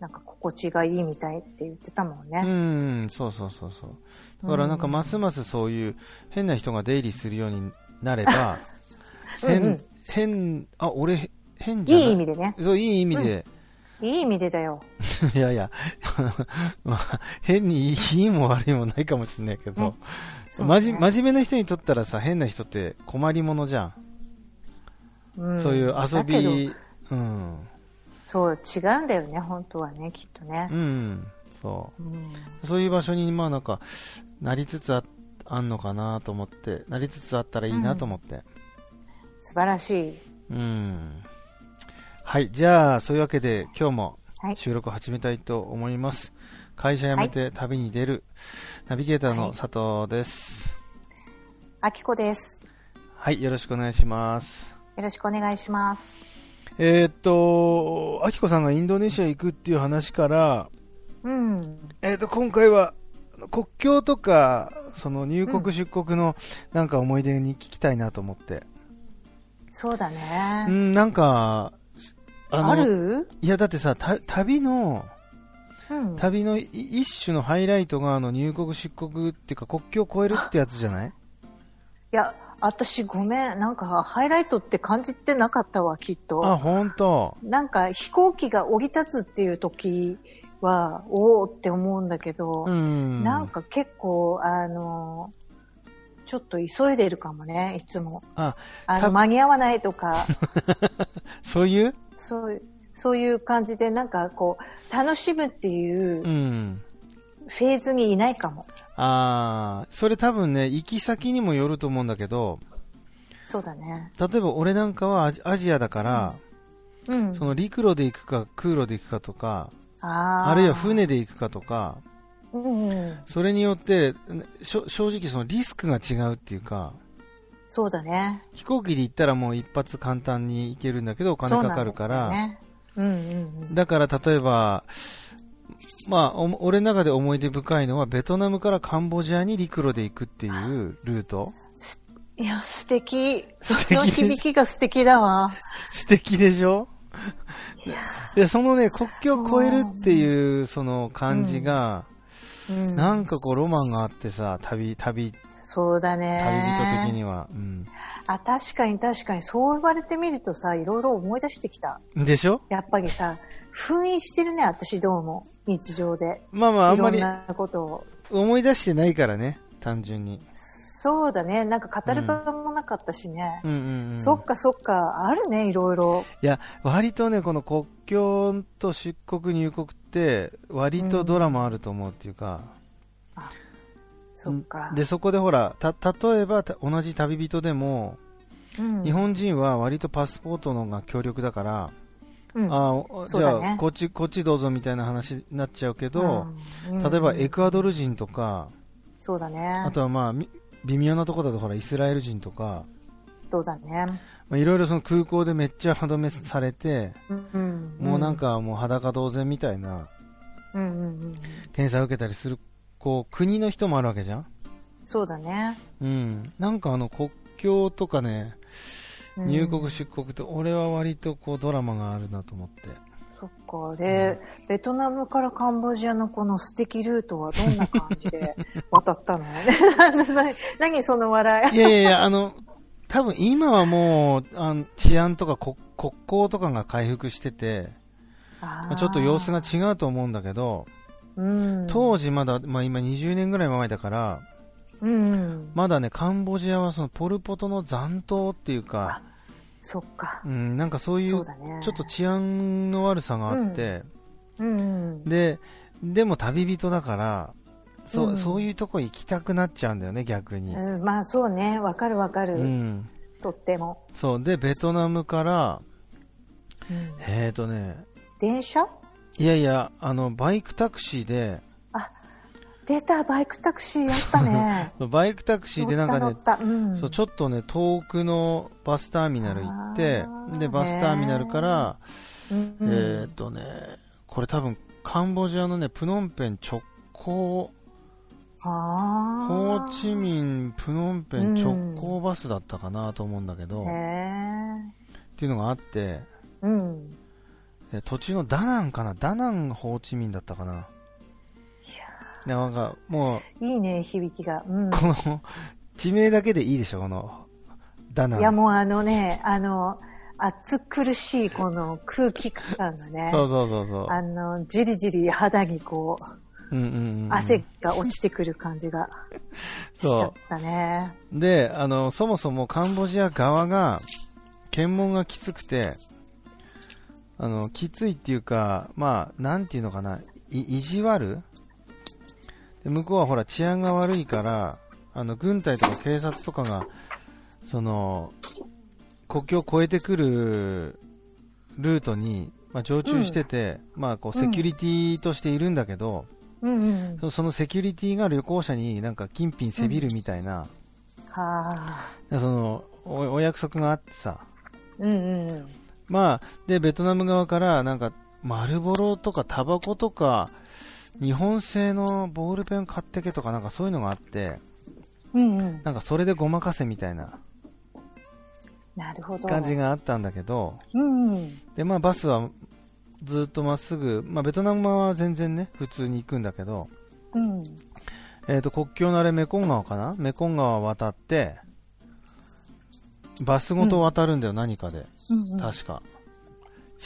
なんか心地がいいみたいって言ってたもんうね。ん、そうそうそうそう。だからなんかうんますますそういう変な人が出入りするようになれば、変、 うんうん変、あ、俺、変じゃないいい意味でね。そう、いい意味で、いい意味でだよ。 いやいや、まあ、変にいいも悪いもないかもしれないけどね、そうねまじ真面目な人にとったらさ、変な人って困りものじゃん。うんそういう遊。だけどび、うん、そう、違うんだよね、本当はね、きっとねう。ん、そう。うんそういう場所に、まあなんか、なりつつあ、あんのかなと思って、なりつつあったらいいなと思って。素晴らしい。うん。はい。じゃあ、そういうわけで、今日もはい収録始めたいと思います。会社辞めて旅に出る、ナビゲーターの佐藤です。あきこです。はい、よろしくお願いします。よろしくお願いします。えーっと、あきこさんがインドネシア行くっていう話から、うん。えー、と今回はあの国境とかその入国出国のなんか思い出に聞きたいなと思って、そうだうね。ん、なんかああのるいやだってさた旅のうん。旅のい一種のハイライトがあの入国出国っていうか国境を越えるってやつじゃないいや、私ごめん。なんか、ハイライトって感じてなかったわ、きっあと。本当なんか、飛行機が降り立つっていう時は、おおって思うんだけど、うんなんか結構、あの、ちょっと急いでるかもね、いつも。ああたの、間に合わないと か、そういうそういう、そういう感じで、なんかこう、楽しむっていううんフェーズにいないかも。ああそれ多分ね行き先にもよると思うんだけどそうだね。例えば俺なんかはアジアジアだから、うん。その陸路で行くか空路で行くかとかあーあるいは船で行くかとか、うんうん。それによって、ねしょ正直そのリスクが違うっていうか、そうだね。飛行機で行ったらもう一発簡単に行けるんだけど、お金そうかなんかだよるから、だねうんうんから例えば、まあ、お俺の中で思い出深いのは、ベトナムからカンボジアに陸路で行くっていうルート。うん。いや、素敵。 素その敵で響きが素敵だわ。素敵でしょで、そのね、国境を越えるっていう、その感じが、うん、なんかこう、ロマンがあってさ、旅、旅、そうだね。旅人的には。うん。あ、確かに確かに、そう言われてみるとさ、いろいろ思い出してきた。でしょやっぱりさ、封印してるね、私どうも。日常で。まあまあ、あんまいりろんなことを。思い出してないからね、単純に。そうだね。なんか語る側もなかったしねう。んうんうん。そっかそっか、あるね、いろいろ。いや、割とね、この国境と出国、入国って、割とドラマあると思うっていうか、そっか。で、そこでほら、た、例えばた同じ旅人でも、うん日本人は割とパスポートの方が強力だから、うんあーそじうだゃあ、ねこっち、こっちどうぞみたいな話になっちゃうけど、うん例えばうんエクアドル人とか、そうだね。あとはまあ、み微妙なとこだとほら、イスラエル人とか、そうだね。まあいろいろその空港でめっちゃ歯止めされて、うんもうなん、かもう裸同然みたいなうんうんうんうん、検査を受けたりするこう国の人もあるわけじゃん、そうだね。うん、なんかあの国境とかねうん入国出国って俺は割とこうドラマがあるなと思ってそっか。で、ベトナムからカンボジアのこの素敵ルートはどんな感じ で渡ったの 何何その笑いやいやいやあの多分今はもうあの治安とか国国交とかが回復してて、い、まあちょっと様子がち、違うと思うんだけどうん、当時まだ、まあ、今20年ぐらい前だからうんうん、まだねカンボジアはそのポル・ポトの残党っていうか、そっかう。ん、なんかそういそううだね。ちょっと、治安の悪さがあって、うんうん、で、でも旅人だから、そう、うんそういうとこ行きたくなっちゃうんだよね、逆に。うん、まあそうね。わかるわかうる、ん。とっても。そう、で、ベトナムから、うんえーとね、電車いやいや、あの、バイクタクシーで、。出た、バイクタクシーやったね バイクタクシーでなんか乗ねっ、た乗ったうん、そうちょっとね、遠くのバスターミナル行ってあ、ーで、バスターミナルから、うんえーとね、これ多分、カンボジアのね、プノンペン直行、あホーーチミン、プノンペン直行バスだったかなと思うんだけど、へっえていうのがあって、うん。え途中のダナンかなダナンホーチミンだったかなねなんか、もう、 いいね、響きが。うん。この、地名だけでいいでしょ、この、ダナン。いや、もうあのね、あの、暑苦しいこの空気感がね、そうそうそうそう。あの、じりじり肌にこう、うんうんうん、汗が落ちてくる感じ がしちゃったね。で、あの、そもそもカンボジア側が、検問がきつくて、あの、きついっていうか、まあ、なんていうのかな、い意地悪で向こうはほら治安が悪いから、あの、軍隊とか警察とかが、その、国境を越えてくるルートに、まあ、常駐してて、まあ、こう、セキュリティとしているんだけど、うんうん。そそのセキュリティが旅行者になんか金品せびるみたいな、はあ。そのおお約束があってさ、うんうん。まあ、でベトナム側からなんか丸ボロとかタバコとか日本製のボールペン買ってけとかなんかそういうのがあってうんうん。なんかそれでごまかせみたいななるほど。感じ。があったんだけどうんうん。で、まあ、バスはずっとまっすぐ、まあ、ベトナム側は全然ね普通に行くんだけど、うん。えー、と国境のあれメコン川かなメコン川渡ってバスごと渡るんだよ、何かでうんうん。確か、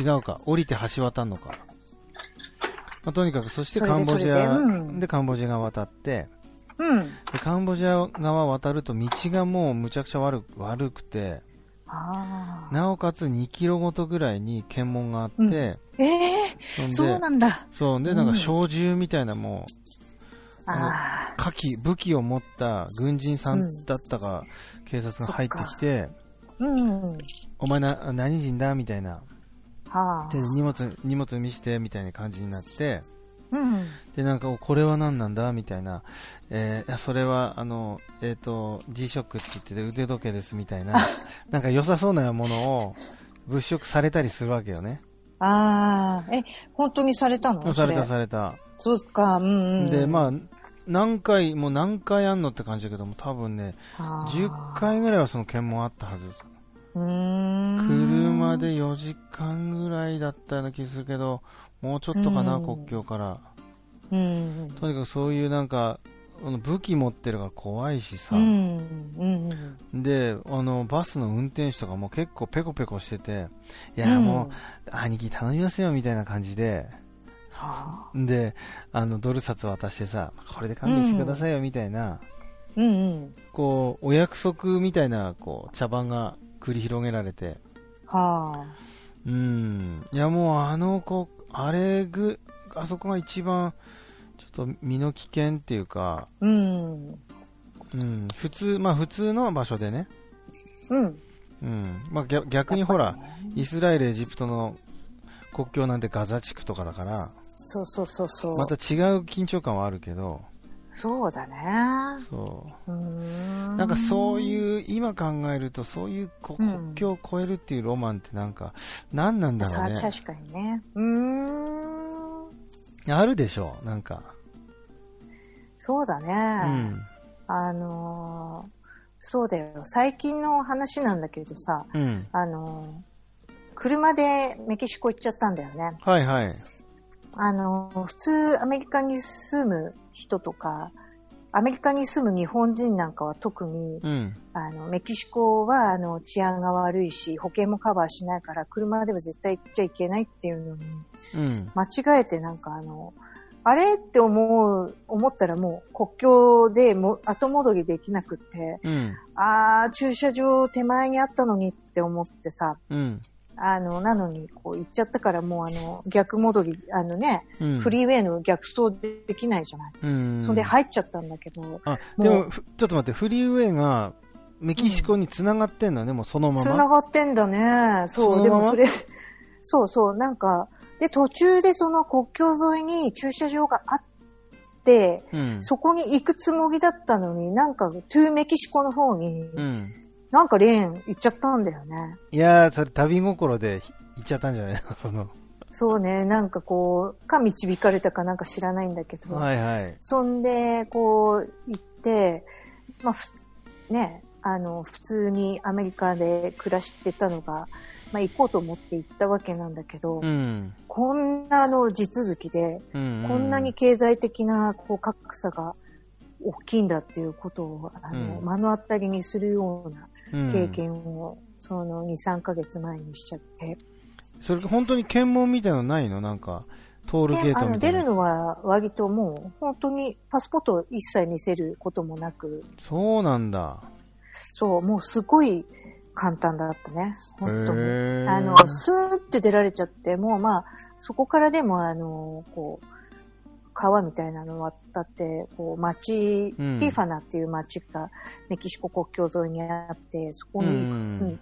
違うか降りて橋渡んのか、まあとにかくそしてそれでカンそボジれでアうんでカンボジアが渡ってうん。でカンボジア側渡ると道がもうむちゃくちゃ悪く悪くてああ。なおかつ2キロごとぐらいに検問があって、うんええそんでそうなんだ。そうでなんうかん小銃みたいなもうああ。火器武器を持った軍人さんうんだったか、警察が入ってきてうんうん。お前な何人だみたいなはあで。荷物荷物見せてみたいな感じになってうん。でなんかおこれは何なんだみたいな、えーいやそれはあの、えー、と G ショックって言ってて腕時計ですみた いななんか良さそうなものを物色されたりするわけよねああ。え、本当にされたのされたそれされたそうか、うんうん。でまあ何回もう何回あんのって感じだけども多分ねあー10回ぐらいはその検問あったはずうーん車で4時間ぐらいだったような気するけど、もうちょっとかな、うん国境から。うんとにかくそういうなんか、あの武器持ってるから怖いしさ、うんうんうんであのバスの運転手とかも結構ペコペコしてて、いいや、もう、兄貴頼みますよみたいな感じで、であのドル札渡してさ、これで勘弁してくださいよみたいな、うんうんこうお約束みたいなこう茶番が繰り広げられて、はあうん、いやもうあの子、あれぐ、あそこが一番、ちょっと身の危険っていうか、うんうん、普通、まあ普通の場所でね、うんうん、まあ逆逆にほやっらぱ、りねイスラエル、エジプトの国境なんてガザ地区とかだから、そうそうそうそうまた違う緊張感はあるけど、そうだねそうーう、んなんかそうういう、今考えるとそういうこうん国境を越えるっていうロマンってなんか、何なんだろうさあね。確かにねうーんあるでしょ、なんか。そうだうねん。あのーそうだよ最近の話なんだけどさうん。あのー車でメキシコ行っちゃったんだよねはいはい。あの、普通アメリカに住む人とか、アメリカに住む日本人なんかは特に、うん。あの、メキシコはあの治安が悪いし、保険もカバーしないから、車では絶対行っちゃいけないっていうのに、うん。間違えてなんかあの、あれって思う、思ったらもう国境でもう後戻りできなくって、うん。ああ、駐車場手前にあったのにって思ってさ、うん。あの、なのに、こう行っちゃったからもうあの、逆戻り、あのね、うん。フリーウェイの逆走できないじゃない。うん。それで入っちゃったんだけど、あ、うでも、ふちょっと待って、フリーウェイがメキシコに繋がってんのね、もうそのま繋がま。ってんだね。そう、そのでままもそれ、 そうそう、なんか、で、途中でその国境沿いに駐車場があって、うん。そこに行くつもりだったのに、なんか、トゥーメキシコの方に、うん。なんかレーン行っちゃったんだよね。いやー、それ旅心でひ行っちゃったんじゃないの その。そうね、なんかこう、か導かれたかなんか知らないんだけど、はいはい。そんで、こう、行って、まあ、ふね、あの、普通にアメリカで暮らしてたのが、まあ、行こうと思って行ったわけなんだけど、うん。こんなあの地続きで、ここんなに、経済的なこう格差が大きいんだっていうことをあの、うん目の当たりにするようなうん経験を、その2、3ヶ月前にしちゃって。それ本当に検問みたいなのないのなんか、トールゲーあトのみた出いるな。のは割ともう本当にパスポートを一切見せることもなく、そうなんだ。そう、もうすごい簡単だったね。へ本当に。ーあの、スーって出られちゃって、もうまあ、そこからでも、あの、こう、川みたいなの渡って、こう、町、うんティファナっていう町がメキシコ国境沿いにあって、そこうに、ん。うん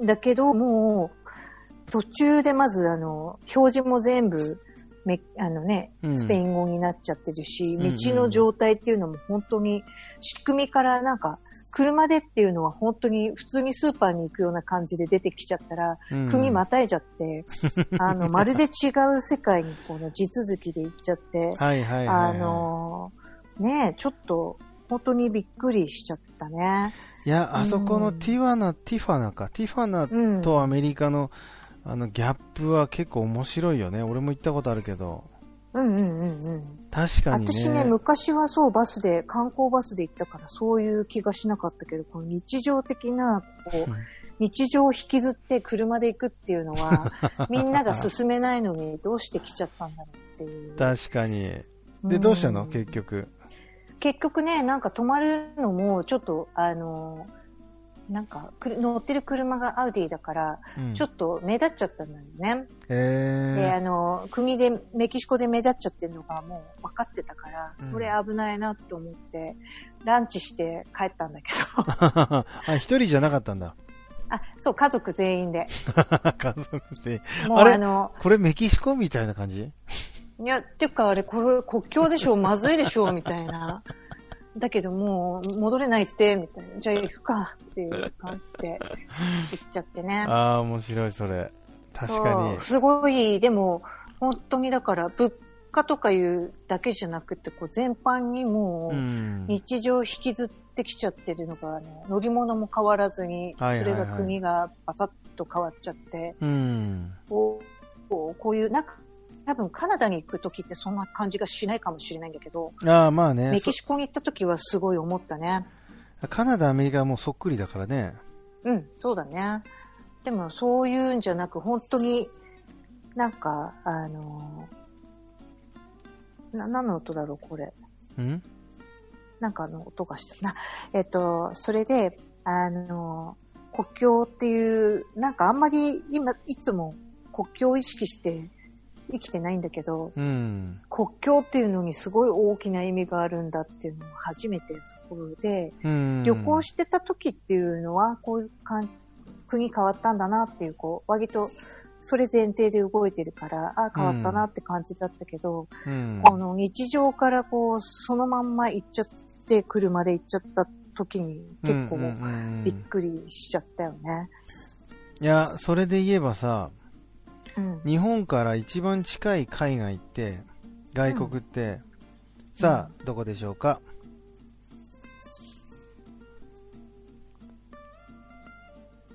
だけど、もう、途中でまず、あの、表示も全部、めあのねう、んスペイン語になっちゃってるし、うんうん道の状態っていうのも本当に、仕組みからなんか、車でっていうのは本当に普通にスーパーに行くような感じで出てきちゃったら、うん国またいじゃっ て、あの、まるで違う世界にこの地続きで行っちゃって、はいはいはいはい。あのーねえ、ちょっと、本当にびっくりしちゃったね。いや、あそこのうんティファナ、ティファナか。ティファナうん。とアメリカの、あの、ギャップは結構面白いよね。俺も行ったことあるけど。うんうんうんうん。確かにね。私ね、昔はそう、バスで、観光バスで行ったから、そういう気がしなかったけど、この日常的な、こううん、日常を引きずって車で行くっていうの は、みんなが進めないのに、どうして来ちゃったんだろうっていう。確かに。うで、んどうしたの結局。結局ね、なんか泊まるのも、ちょっと、あの、なんか、くる乗ってる車がアウディだから、うんちょっと目立っちゃったんだよね。で、えあの、国で、メキシコで目立っちゃってるのがもう分かってたからうん、これ危ないなと思って、ランチして帰ったんだけど、 ー。あ、一人じゃなかったんだ。 あ、そう、家族全員で。家族で。もうあれあの、これメキシコみたいな感じいや、っていうかあれ、これ国境でしょ、まずいでしょ、みたいな。だけどもう戻れないって、みたいな。じゃあ行くか、っていう感じで行っちゃってね。ああ、面白い、それ。確そかうすごい、でも、本当にだから、物価とかいうだけじゃなくて、こう全般にもに。うう、ん。日常を引きずってきちゃってるのが、ね、乗り物も変わらずに、そはいはいはいれが国がバタッと変わっちゃって、うん。こうこうこういう、なんか、多分カナダに行くときってそんな感じがしないかもしれないんだけど、ああ、まあねメ。キシコに行ったときはすごい思ったね。そカナダ、アメリカはもうそっくりだからね。うん、そうだね。でもそういうんじゃなく、本当に、なんか、あのーな、何の音だろう、これ。うんなんかあの音がしたな。えっと、それで、あのー国境っていう、なんかあんまり今、いつも国境を意識して生きてないんだけど、うん。国境っていうのにすごい大きな意味があるんだっていうのを初めてそこで、うん。旅行してた時っていうのは、こういうかん国変わったんだなっていう、こう、割と、それ前提で動いてるから、ああ、変わったなって感じだったけど、うん。この日常からこう、そのまんま行っちゃって、車で行っちゃった時に、結うんうん構うんびっくりしちゃったよね。いや、それで言えばさ、うん。日本から一番近い海外って、外国って、さあ、どこでしょうか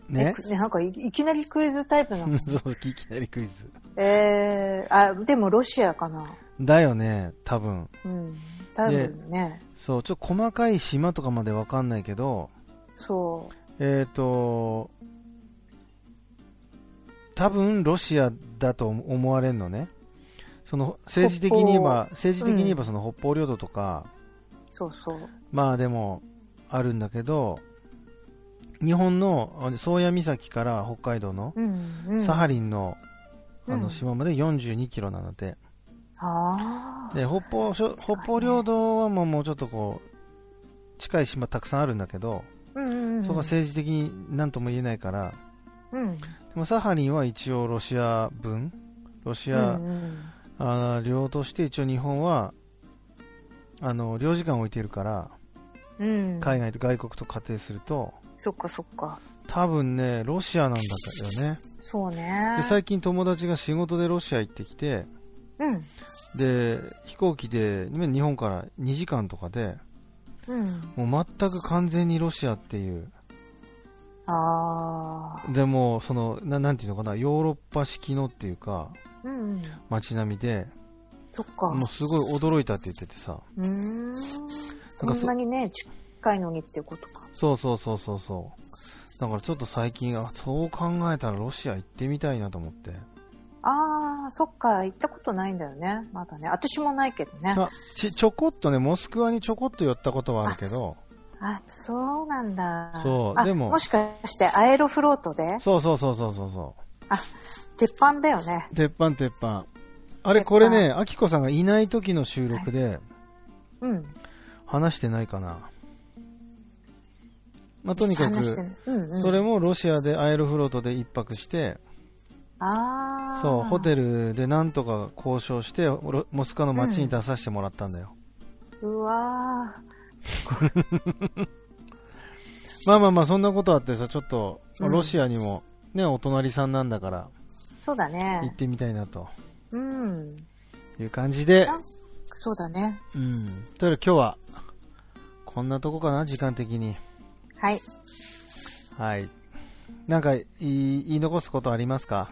えねなんかい、いきなりクイズタイプなの。 そう、いきなりクイズ。えー、あ、でもロシアかな。だよね、多分。うん。多分ね。そう、ちょっと細かい島とかまでわかんないけど、そう。えっ、と、多分ロシアだと思われるのね。その政治的に言えば、政治的に言えばその北方領土とか、そうそう。まあでもあるんだけど、日本のあの宗谷岬から北海道のうん、うん。サハリ。リンの,、あうのん島まで42キロなので、ああ。で北方諸北方領土はもうもうちょっとこう近い島たくさんあるんだけど、うんうんうん。そこは政治的になんとも言えないから、うん。でもサハリンは一応ロシア分ロシア、うんうんあー領として一応日本はあの領事館を置いているからうん。海外と外国と仮定するとそっかそっか。多分ねロシアなんだったよねそうね。で最近友達が仕事でロシア行ってきてうん。で飛行機でね日本から2時間とかでうん。もう全く完全にロシアっていうああ。でも、そのな、なんていうのかな、ヨーロッパ式のっていうか、うんうん。街並みで、そっか。もうすごい驚いたって言っててさ、うーん。こんなにね、近いのにっていうことか。そうそうそうそうそう。だからちょっと最近、あ、そう考えたらロシア行ってみたいなと思って。ああ、そっか。行ったことないんだよね。まだね。私もないけどね。あち、ちょこっとね、モスクワにちょこっと寄ったことはあるけど、あ、そうなんだ。そうあでももしかして、アエロフロートでそうそうそうそうそうそあ、鉄板だよね。う。鉄板鉄板。あれ、鉄板これね、アキコさんがいない時の収録でうん。話してないかな。まあ、とにかく、話してねうんうん。それもロシアでアエルフロートで一泊して、ああ。そう、ホテルでなんとか交渉して、ロモスクワの街に出させてもらったんだよ。ル。うわまあまあまあ、そんなことあってさ、ちょっと、うんロシアにも、ね、お隣さんなんだから、ーそうだ行っね。てみたいなとうん。いう感じで、なんそうだね。うん。というわけで今日は、こんなとこかな、時間的に。はい。はい。なんか、い言い残すことありますか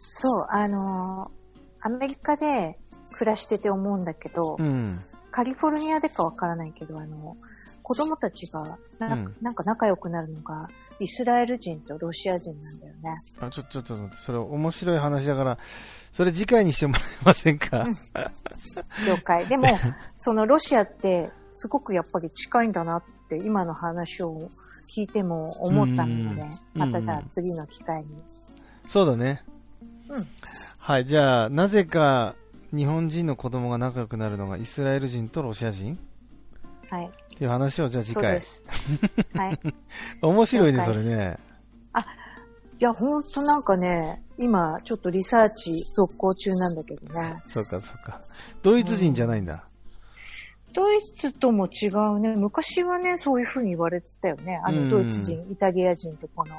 そう、あのーアメリカで暮らしてて思うんだけど、うん。カリフォルニアでかわからないけど、あの、子供たちがな、うんなんか仲良くなるのが、イスラエル人とロシア人なんだよ ね。あちょ、ちょ、ちょっと待って、それ面白い話だから、それ次回にしてもらえませんか、了解。 でも、そのロシアって、すごくやっぱり近いんだなって、今の話を聞いても思ったので、ね、うんまたじゃあうん次の機会に。そうだね。うんはい、じゃあ、なぜか、日本人の子供が仲良くなるのがイスラエル人とロシア人はい。っていう話をじゃあ次そうで回。す。はい。面白いね、了そ解れね。いや、ほんとなんかね、今、ちょっとリサーチ続行中なんだけどね。そうか、そうか。ドイツ人じゃないんだ。ドイツとも違うね。昔はね、そういうふうに言われてたよね。あうんの、ドイツ人、イタリア人とこの、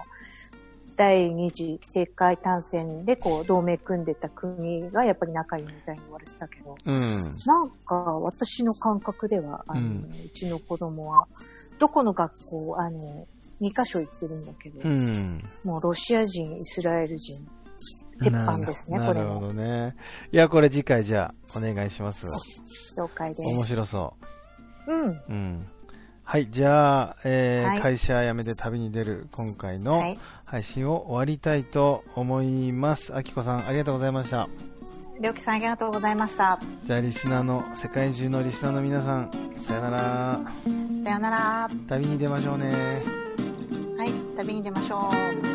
第二次世界大戦でこう、同盟組んでた国がやっぱり仲いいみたいに言われてたけど。うん。なんか、私の感覚では、あの、ううんちの子供は、どこの学校、あの、2カ所行ってるんだけど、うん。もうロシア人、イスラエル人、鉄板ですね、なこるれなるほも。どね。いや、これ次回じゃあ、お願いします。了解で面す。白そうん。う。うん。はい、じゃあ、えーはい会社辞めて旅に出る今回はのい。配信を終わりたいと思います。あきこさん、ありがとうございました。りょうきさんありがとうございました。じゃあ、リスナーの、世界中のリスナーの皆さん、さよなら。さよなら。旅に出ましょうね。はい、旅に出ましょう。